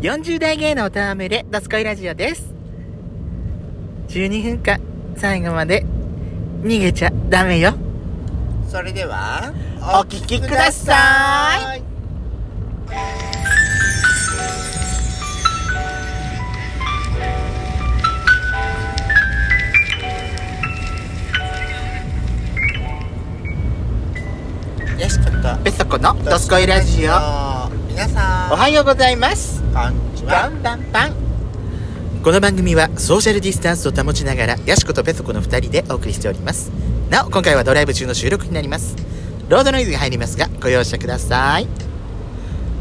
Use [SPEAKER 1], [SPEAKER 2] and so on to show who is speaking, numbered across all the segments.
[SPEAKER 1] 40代芸のためでドスコイラジオです。12分間、最後まで、逃げちゃダメよ。
[SPEAKER 2] それでは
[SPEAKER 1] お聞きくださ
[SPEAKER 2] いよしこと
[SPEAKER 1] ペソコのドスコイラジオ。
[SPEAKER 2] 皆さん
[SPEAKER 1] おはようございます。
[SPEAKER 2] こんにち
[SPEAKER 1] バ
[SPEAKER 2] は
[SPEAKER 1] ンバンバン。この番組はソーシャルディスタンスを保ちながら、ヤシコとペソコの2人でお送りしております。なお、今回はドライブ中の収録になります。ロードノイズが入りますが、ご容赦ください。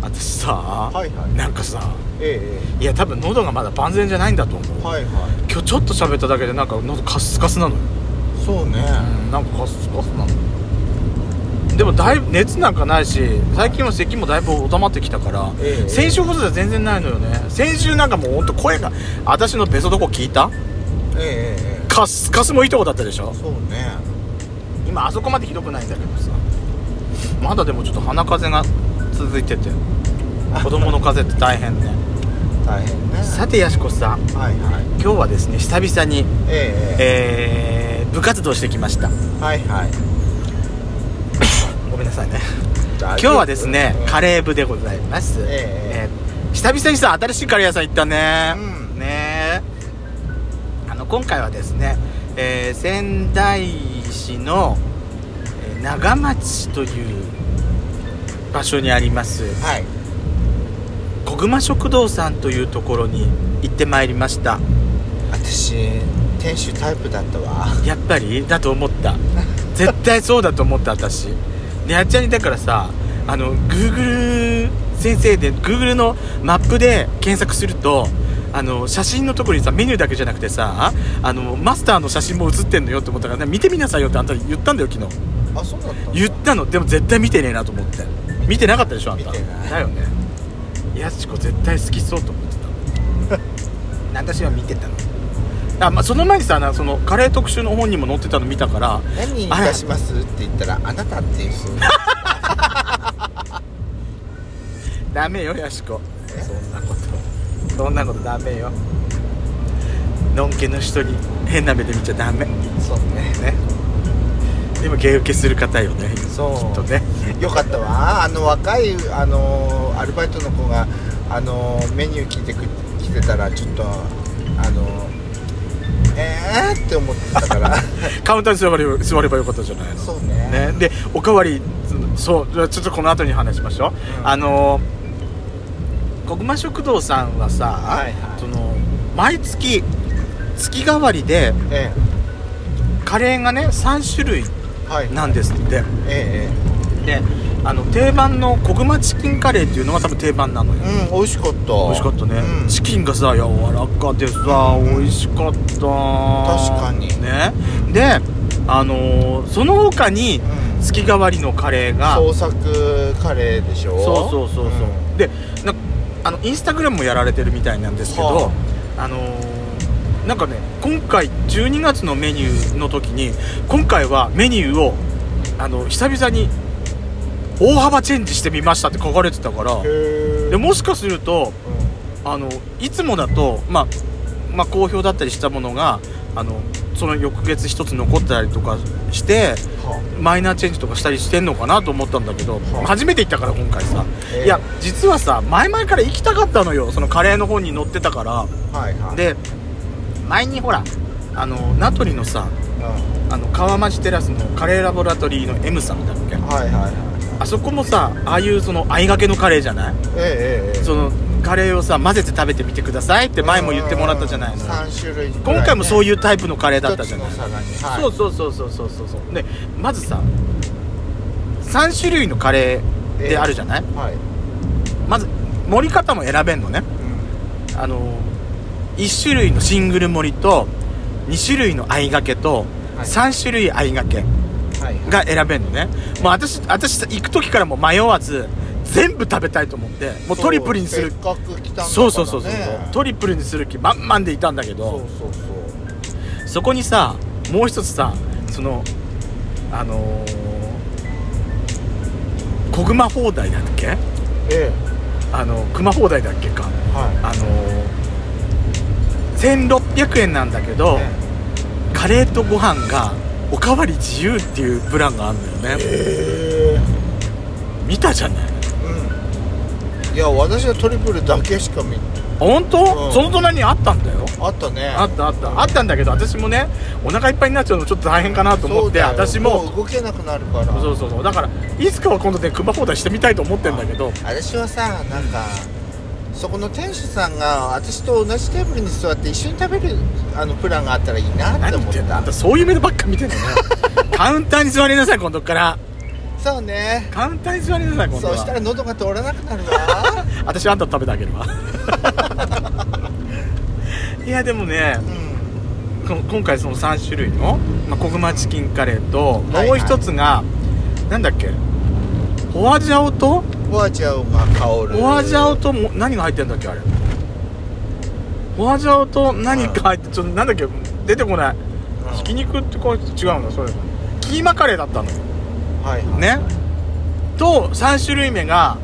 [SPEAKER 3] 私さ、
[SPEAKER 2] はいはい
[SPEAKER 3] なんかさ
[SPEAKER 2] え
[SPEAKER 3] いや多分喉がまだ万全じゃないんだと思う
[SPEAKER 2] えはいは
[SPEAKER 3] 今日ちょっと喋っただけでなんか喉カスカスなのよ、
[SPEAKER 2] いそうね
[SPEAKER 3] うん、なんかカスカスなのでもだいぶ熱なんかないし最近は咳もだいぶ収まってきたから、
[SPEAKER 2] ええ
[SPEAKER 3] 先週ほどじゃ全然ないのよね先週なんかもうほんと声が私のベソどこ聞いた
[SPEAKER 2] えええ
[SPEAKER 3] カスカスもいいとこだったでしょ
[SPEAKER 2] えそうね
[SPEAKER 3] 今あそこまでひどくないんだけどさまだでもちょっと鼻風が続いてて子供の風邪って大変ね
[SPEAKER 2] 大変ね
[SPEAKER 3] さてやしこさん
[SPEAKER 2] はいはい
[SPEAKER 3] 今日はですね久々に、
[SPEAKER 2] えええ
[SPEAKER 3] えー部活動してきました
[SPEAKER 2] えはいはい
[SPEAKER 3] ごめんなさいね
[SPEAKER 2] 今
[SPEAKER 3] 今日はですねカレー部でございます、
[SPEAKER 2] え
[SPEAKER 3] えー久々にさ新しいカレー屋さん行ったね、
[SPEAKER 2] うん
[SPEAKER 3] ねえあの今回はですね、えー仙台市のえー長町という場所にあります
[SPEAKER 2] はい
[SPEAKER 3] 小熊食堂さんというところに行ってまいりました
[SPEAKER 2] 私店主タイプだったわ
[SPEAKER 3] やっぱりだと思った絶対そうだと思った私でやっちゃんにだからさあの Google 先生で Google のマップで検索するとあの写真のところにさメニューだけじゃなくてさあのマスターの写真も写ってんのよって思ったから、ね、見てみなさいよってあんた言ったんだよ昨日
[SPEAKER 2] あそうだった
[SPEAKER 3] 言ったのでも絶対見てねえなと思って見てなかったでしょあんた
[SPEAKER 2] 見てない
[SPEAKER 3] だよねやすこ絶対好きそうと思って た私は見てたのあ、まあ、その前にさあのそのカレー特集の本にも載ってたの見たから
[SPEAKER 2] 何にいたしますって言ったらあなたっていう数字
[SPEAKER 3] ダメよやしこそんなことそんなことダメよのんけの人に変な目で見ちゃダメ
[SPEAKER 2] そうね
[SPEAKER 3] ね今芸受けする方よね
[SPEAKER 2] そう
[SPEAKER 3] きっとね
[SPEAKER 2] よかったわあの若いあのアルバイトの子があのメニュー聞いてく聞いてたらちょっとあのえーって思ってたから
[SPEAKER 3] カウンターに座れば座ればよかったじゃないの
[SPEAKER 2] そうね
[SPEAKER 3] ね、でおかわりそうじゃあちょっとこの後に話しましょう、
[SPEAKER 2] うん
[SPEAKER 3] あの小熊食堂さんはさ、
[SPEAKER 2] はいはい
[SPEAKER 3] その毎月月替わりで
[SPEAKER 2] え
[SPEAKER 3] カレーがね3種類
[SPEAKER 2] えはい
[SPEAKER 3] なんですって
[SPEAKER 2] え
[SPEAKER 3] であの定番の小熊チキンカレーっていうのが多分定番なのよ
[SPEAKER 2] えええうん美味しかった
[SPEAKER 3] 美味しかったね、
[SPEAKER 2] うん
[SPEAKER 3] チキンがさ柔らかでさ、
[SPEAKER 2] うん
[SPEAKER 3] 美味しかった確
[SPEAKER 2] かに
[SPEAKER 3] ねであのーその他に
[SPEAKER 2] うん
[SPEAKER 3] 月替わりのカレーが、
[SPEAKER 2] 創作カレーでしょ
[SPEAKER 3] そうそうそうそう、
[SPEAKER 2] ん
[SPEAKER 3] でなんかあのインスタグラムもやられてるみたいなんですけど、
[SPEAKER 2] は
[SPEAKER 3] あのーなんかね今回12月のメニューの時に今回はメニューをあの久々に大幅チェンジしてみましたって書かれてたから
[SPEAKER 2] へえ
[SPEAKER 3] でもしかするとあのいつもだと、まあ、まあ好評だったりしたものがあのその翌月一つ残ったりとかしてマイナーチェンジとかしたりしてんのかなと思ったんだけど、
[SPEAKER 2] はあ
[SPEAKER 3] 初めて行ったから今回さ、
[SPEAKER 2] ええ
[SPEAKER 3] いや実はさ前々から行きたかったのよそのカレーの本に載ってたか
[SPEAKER 2] はいは
[SPEAKER 3] ら
[SPEAKER 2] い、
[SPEAKER 3] で前にほらあの名取のさ
[SPEAKER 2] うん、
[SPEAKER 3] あの川町テラスのカレーラボラトリーの M さんだっけ
[SPEAKER 2] はいはいはい
[SPEAKER 3] あそこもさああいうそのあいがけのカレーじゃない
[SPEAKER 2] ええええええ
[SPEAKER 3] そのカレーをさ混ぜて食べてみてくださいって前も言ってもらったじゃないの
[SPEAKER 2] 3種類ぐらいね、
[SPEAKER 3] 今回もそう
[SPEAKER 2] う
[SPEAKER 3] いうタイプのカレーだったじゃない
[SPEAKER 2] の皿に、はい、
[SPEAKER 3] そうそうそうそうそうそうそうでまずさ3種類のカレーであるじゃない、
[SPEAKER 2] はい、
[SPEAKER 3] まず盛り方も選べんのね
[SPEAKER 2] う
[SPEAKER 3] あの1種類のシングル盛りと2種類のあいがけと
[SPEAKER 2] はい
[SPEAKER 3] 3種類あいがけ
[SPEAKER 2] ん、はいはい
[SPEAKER 3] が選べんのねもう私私さ行く時からもう迷わず全部食べたいと思ってもうトリプルにする
[SPEAKER 2] せっかく来たんだから、ね、
[SPEAKER 3] そうそうそうそう
[SPEAKER 2] ト
[SPEAKER 3] トリプルにする気満々でいたんだけ
[SPEAKER 2] そう
[SPEAKER 3] ど
[SPEAKER 2] そうそう
[SPEAKER 3] そこにさもう一つさそのあのー、小熊放題だっけ
[SPEAKER 2] え
[SPEAKER 3] あの熊放題だっけか
[SPEAKER 2] えはい
[SPEAKER 3] あの1600円なんだけど、カレーとご飯がおかわり自由っていうプランがあるんだよね、
[SPEAKER 2] え
[SPEAKER 3] 見たじゃない
[SPEAKER 2] うんいや私はトリプルだけしか見
[SPEAKER 3] 本当、
[SPEAKER 2] うん
[SPEAKER 3] その隣にあったんだよ
[SPEAKER 2] あったね
[SPEAKER 3] あったあったあったんだけど私もねお腹いっぱいになっちゃうのちょっと大変かなと思
[SPEAKER 2] そ
[SPEAKER 3] っ
[SPEAKER 2] う
[SPEAKER 3] て
[SPEAKER 2] だよ
[SPEAKER 3] 私
[SPEAKER 2] も
[SPEAKER 3] も
[SPEAKER 2] う動けなくなるから
[SPEAKER 3] そうそうそうだからいつかは今度ね熊放題してみたいと思ってんだけど
[SPEAKER 2] 私はさなんかそこの店主さんが私と同じテーブルに座って一緒に食べるあのプランがあったらいいなって
[SPEAKER 3] 何
[SPEAKER 2] 思
[SPEAKER 3] 言
[SPEAKER 2] っ
[SPEAKER 3] ってんだあ
[SPEAKER 2] た
[SPEAKER 3] んたそういう目でばっか見てんのね カウンターに座りなさい今度から
[SPEAKER 2] そうね
[SPEAKER 3] カウンターに座りなさい今度
[SPEAKER 2] そ
[SPEAKER 3] は
[SPEAKER 2] うしたら喉が通らなくなるわ
[SPEAKER 3] 私あんた食べてあげるわ いやでもね
[SPEAKER 2] うん
[SPEAKER 3] こ今回その3種類の、まあ、コグマチキンカレーと
[SPEAKER 2] はい
[SPEAKER 3] も
[SPEAKER 2] は
[SPEAKER 3] う
[SPEAKER 2] い
[SPEAKER 3] 一つが、なんだっけホワジャオと
[SPEAKER 2] フォアジャオが香る
[SPEAKER 3] ホワジャオとも何が入ってんだっけあれホワジャオと何か入ってちょっとなんだっけ出てこない、
[SPEAKER 2] うん
[SPEAKER 3] ひき肉ってこう違うのそれキーマカレーだったの
[SPEAKER 2] はいはい
[SPEAKER 3] ねと3種類目が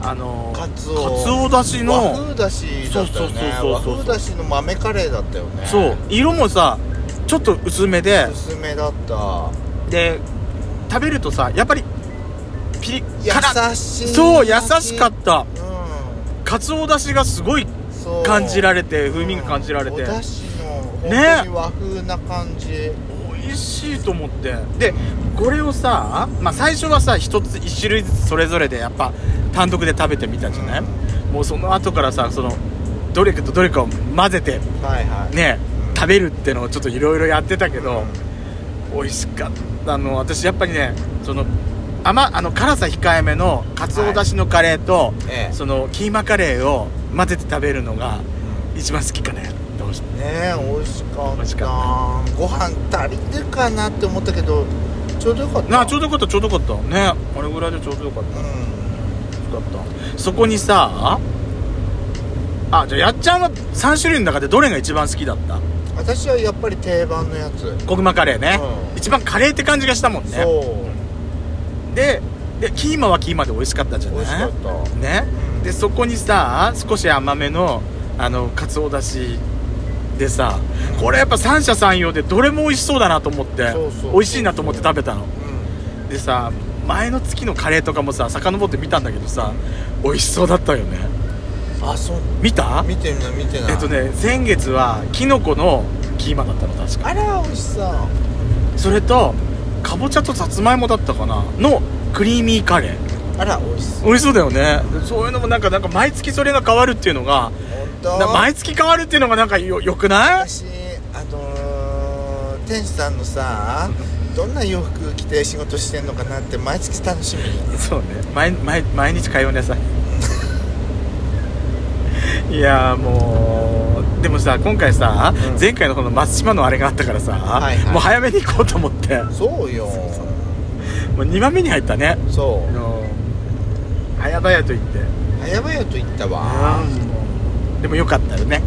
[SPEAKER 3] あのー
[SPEAKER 2] カツオ
[SPEAKER 3] オだし
[SPEAKER 2] 和
[SPEAKER 3] の
[SPEAKER 2] 風だしだったよね
[SPEAKER 3] そうそうそうそう
[SPEAKER 2] 和
[SPEAKER 3] そう
[SPEAKER 2] 風だしの豆カレーだったよね
[SPEAKER 3] そう色もさちょっと薄めで
[SPEAKER 2] おすすめだった
[SPEAKER 3] で食べるとさやっぱりピリ辛
[SPEAKER 2] 優しい
[SPEAKER 3] そう優しかった
[SPEAKER 2] う
[SPEAKER 3] カツオだしがすごい
[SPEAKER 2] んそう
[SPEAKER 3] 感じられて風味が感じられて
[SPEAKER 2] おだしの本
[SPEAKER 3] ね
[SPEAKER 2] 当に和風な感じ
[SPEAKER 3] 美味しいと思ってでこれをさ、まあ、最初はさ一つ一種類ずつそれぞれでやっぱ単独で食べてみたじゃない、
[SPEAKER 2] うん
[SPEAKER 3] もうその後からさそのどれかとどれかを混ぜて
[SPEAKER 2] はいはい
[SPEAKER 3] ね
[SPEAKER 2] うん
[SPEAKER 3] 食べるってのをちょっといろいろやってたけど、
[SPEAKER 2] うん
[SPEAKER 3] 美味しかったの私やっぱりねその甘あの辛さ控えめのかつおだしのカレーと、
[SPEAKER 2] ええ
[SPEAKER 3] そのキーマカレーを混ぜて食べるのが一番好きかねどうし
[SPEAKER 2] ねえ美味しか
[SPEAKER 3] 美
[SPEAKER 2] っ
[SPEAKER 3] 味した
[SPEAKER 2] ご飯足りてるかなって思ったけどちょうどよかった
[SPEAKER 3] なあちょう
[SPEAKER 2] ど
[SPEAKER 3] どよかったちょうどよかったねあれぐらいでちょうどよかった
[SPEAKER 2] うん
[SPEAKER 3] よかったそこにさあじゃあやっちゃんは3種類の中でどれが一番好きだった
[SPEAKER 2] 私はやっぱり定番のやつ、
[SPEAKER 3] コグマカレーね、
[SPEAKER 2] うん
[SPEAKER 3] 一番カレーって感じがしたもんね
[SPEAKER 2] そう
[SPEAKER 3] ででキーマはキーマで美味しかったじゃ
[SPEAKER 2] 美味し
[SPEAKER 3] な
[SPEAKER 2] か
[SPEAKER 3] い
[SPEAKER 2] った、
[SPEAKER 3] ね
[SPEAKER 2] うん
[SPEAKER 3] でそこにさ少し甘めのあのかつおだしでさこれやっぱ三者三様でどれも美味しそうだなと思って
[SPEAKER 2] そうそう
[SPEAKER 3] 美味しいなと思って食べたの
[SPEAKER 2] う
[SPEAKER 3] でさ前の月のカレーとかもさ遡って見たんだけどさ美味しそうだったよね
[SPEAKER 2] ん、あそう
[SPEAKER 3] 見た
[SPEAKER 2] 見てるの見てない
[SPEAKER 3] えっとね先月はキノコのキーマだったの確か
[SPEAKER 2] あら美味しそう
[SPEAKER 3] それとかぼちゃとさつまいもだったかなのクリーミーカレー
[SPEAKER 2] あら美味しそう
[SPEAKER 3] 美味しそうだよねそういうのもなんかなんか毎月それが変わるっていうのが
[SPEAKER 2] 本当
[SPEAKER 3] な毎月変わるっていうのがなんかよよくない
[SPEAKER 2] 私あのー、店主さんのさどんな洋服着て仕事してんのかなって毎月楽しみに
[SPEAKER 3] そうね毎毎毎日通いなさ いいやーもうでもさ今回さ、
[SPEAKER 2] うん
[SPEAKER 3] 前回のこの松島のあれがあったからさ、
[SPEAKER 2] いはい
[SPEAKER 3] もう早めに行こうと思っても
[SPEAKER 2] そうよ
[SPEAKER 3] う2番目に入ったね
[SPEAKER 2] そ
[SPEAKER 3] あ
[SPEAKER 2] う
[SPEAKER 3] の早々と言って
[SPEAKER 2] 早々と言ったわ
[SPEAKER 3] でもよかったよね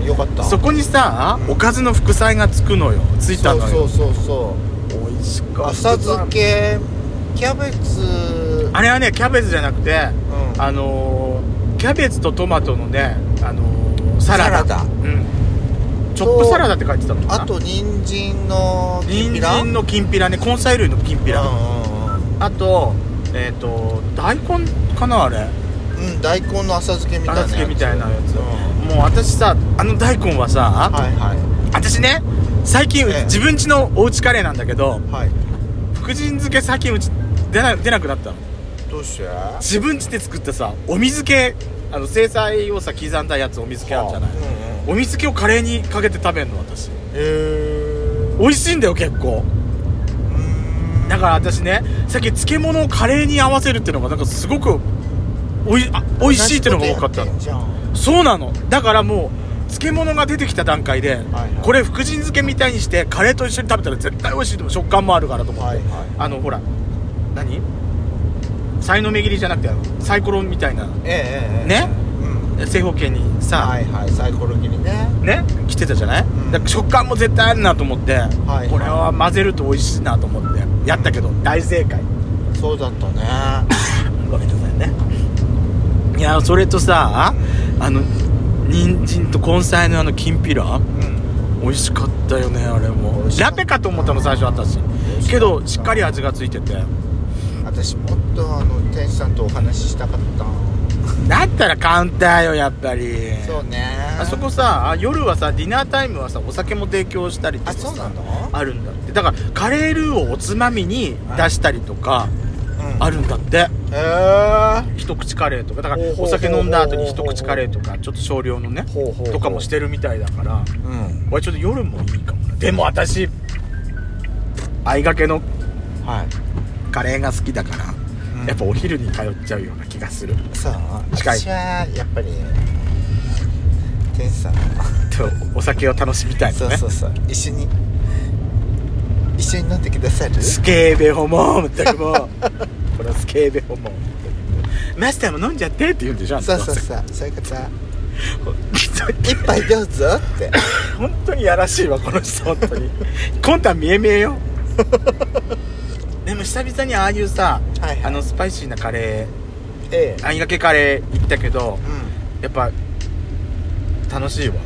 [SPEAKER 2] うんよかった
[SPEAKER 3] そこにさ
[SPEAKER 2] うん
[SPEAKER 3] おかずの副菜がつくのよついたの
[SPEAKER 2] そ
[SPEAKER 3] よ
[SPEAKER 2] うそうそうそう
[SPEAKER 3] 美味しかった
[SPEAKER 2] 浅漬けキャベツ
[SPEAKER 3] あれはねキャベツじゃなくて
[SPEAKER 2] うん
[SPEAKER 3] あのー、キャベツとトマトのね、あのー、サラダ
[SPEAKER 2] サラダ
[SPEAKER 3] うん、チョップサラダって書いてたのかな
[SPEAKER 2] あと人参のきん
[SPEAKER 3] 人
[SPEAKER 2] ぴら
[SPEAKER 3] 参のきんぴらね根菜類のきんぴら、
[SPEAKER 2] うん
[SPEAKER 3] あとえっ、と大根かなあれ
[SPEAKER 2] うんうんうん大根の浅漬けみたいな
[SPEAKER 3] 浅
[SPEAKER 2] やつ
[SPEAKER 3] 漬けみたいなやつ、
[SPEAKER 2] うん
[SPEAKER 3] もう私さあの大根はさ、
[SPEAKER 2] はいはい
[SPEAKER 3] 私ね最近、
[SPEAKER 2] ええ
[SPEAKER 3] 自分家のおうちカレーなんだけど
[SPEAKER 2] はい
[SPEAKER 3] 福神漬け最近うち出な出なくなったの
[SPEAKER 2] どうして
[SPEAKER 3] 自分家で作ったさお水系あの生菜をさ刻んだやつお水系あるじゃない、
[SPEAKER 2] うんうん
[SPEAKER 3] お水気をカレーにかけて食べんの私
[SPEAKER 2] へえ
[SPEAKER 3] 美味しいんだよ結構だから私ねさっき漬物をカレーに合わせるっていうのがなんかすごくおいあ美味しいっていうのが多かったの
[SPEAKER 2] の
[SPEAKER 3] そうなのだからもう漬物が出てきた段階で、
[SPEAKER 2] はい
[SPEAKER 3] これ福神漬けみたいにしてカレーと一緒に食べたら絶対美味しいと思う食感もあるからと思って、
[SPEAKER 2] はいはい
[SPEAKER 3] あのほら何才能巡りじゃなくてあのサイコロみたいな
[SPEAKER 2] ええええええ
[SPEAKER 3] ね
[SPEAKER 2] うん
[SPEAKER 3] 正方形にさ、
[SPEAKER 2] はいはいサイコロ切りね
[SPEAKER 3] ね来てたじゃない、
[SPEAKER 2] ん
[SPEAKER 3] だから食感も絶対あるなと思って、
[SPEAKER 2] はい
[SPEAKER 3] これは混ぜると美味しいなと思ってやったけど大正解
[SPEAKER 2] そうだったね
[SPEAKER 3] ごめんなさいねいやそれとさあの人参と根菜のあのきんぴら
[SPEAKER 2] うん
[SPEAKER 3] 美味しかったよねあれも
[SPEAKER 2] 美味しか
[SPEAKER 3] ラ
[SPEAKER 2] った
[SPEAKER 3] ペかと思ったもん最初私けどしっかり味がついてて
[SPEAKER 2] 私もっとあの店主さんとお話ししたかった
[SPEAKER 3] だったらカウンターよやっぱり
[SPEAKER 2] そうね
[SPEAKER 3] あそこさあ夜はさディナータイムはさお酒も提供したりとか
[SPEAKER 2] あ
[SPEAKER 3] さ
[SPEAKER 2] そうなの
[SPEAKER 3] あるんだってだからカレールーをおつまみに出したりとか
[SPEAKER 2] うん
[SPEAKER 3] あるんだって
[SPEAKER 2] へ
[SPEAKER 3] 一口カレーとかだから
[SPEAKER 2] ほうほう
[SPEAKER 3] お酒飲んだ後に一口カレーとかちょっと少量のね
[SPEAKER 2] えほうほう
[SPEAKER 3] とかもしててるみたいだから
[SPEAKER 2] うん
[SPEAKER 3] 俺ちょっと夜もいいかもなでも私相掛けの
[SPEAKER 2] はい
[SPEAKER 3] カレーが好きだから、やっぱお昼に通っちゃうような気がする
[SPEAKER 2] そう
[SPEAKER 3] 近い
[SPEAKER 2] 私はやっぱり店主さん
[SPEAKER 3] とお酒を楽しみたい
[SPEAKER 2] そ
[SPEAKER 3] の
[SPEAKER 2] う
[SPEAKER 3] ね
[SPEAKER 2] そうそう一緒に一緒に飲んでくださる
[SPEAKER 3] スケーベホモーまった くもうこれはスケーベホモーマスターも飲んじゃってって言うんでしょあん
[SPEAKER 2] そ
[SPEAKER 3] た
[SPEAKER 2] うそうそうそういうこと
[SPEAKER 3] 一
[SPEAKER 2] 一杯どうぞって
[SPEAKER 3] 本当にやらしいわこの人本当 に今度は見え見えよでも久々にああいうさ、
[SPEAKER 2] はいはい
[SPEAKER 3] あのスパイシーなカレ
[SPEAKER 2] え
[SPEAKER 3] ーあんがけカレー行ったけど
[SPEAKER 2] う
[SPEAKER 3] やっぱ楽しいわ
[SPEAKER 2] ん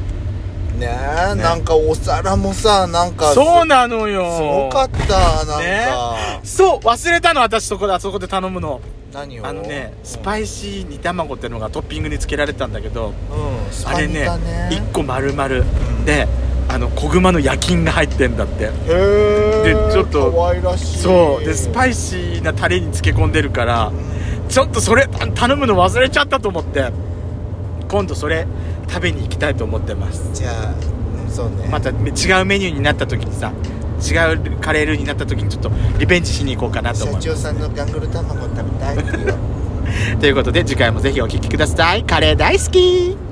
[SPEAKER 2] ねえなんかお皿もさなんか
[SPEAKER 3] そうなのよ
[SPEAKER 2] すごかったなん
[SPEAKER 3] ね
[SPEAKER 2] か
[SPEAKER 3] そう忘れたの私そこであそこで頼むの
[SPEAKER 2] 何を
[SPEAKER 3] あのねスパイシー煮卵ってのがトッピングにつけられてたんだけど
[SPEAKER 2] うんス
[SPEAKER 3] あ
[SPEAKER 2] パ
[SPEAKER 3] れ
[SPEAKER 2] イ
[SPEAKER 3] ね
[SPEAKER 2] だね
[SPEAKER 3] 1個丸々
[SPEAKER 2] ん
[SPEAKER 3] であの小熊の夜勤が入ってんだって
[SPEAKER 2] へえ
[SPEAKER 3] でちょっと
[SPEAKER 2] 可愛らしい
[SPEAKER 3] そうでスパ
[SPEAKER 2] イ
[SPEAKER 3] イシーなタレに漬け込んでるからちょっとそれあ頼むの忘れちゃったと思って今度それ食べに行きたいと思ってます
[SPEAKER 2] じゃあうんそうね
[SPEAKER 3] また違うメニューになった時にさ違うカレールーになった時にちょっとリベンジしに行こうかなと
[SPEAKER 2] 社
[SPEAKER 3] 思います
[SPEAKER 2] 長さんのガングル卵食べたいって言われて
[SPEAKER 3] ということで次回もぜひお聴きくださいカレー大好き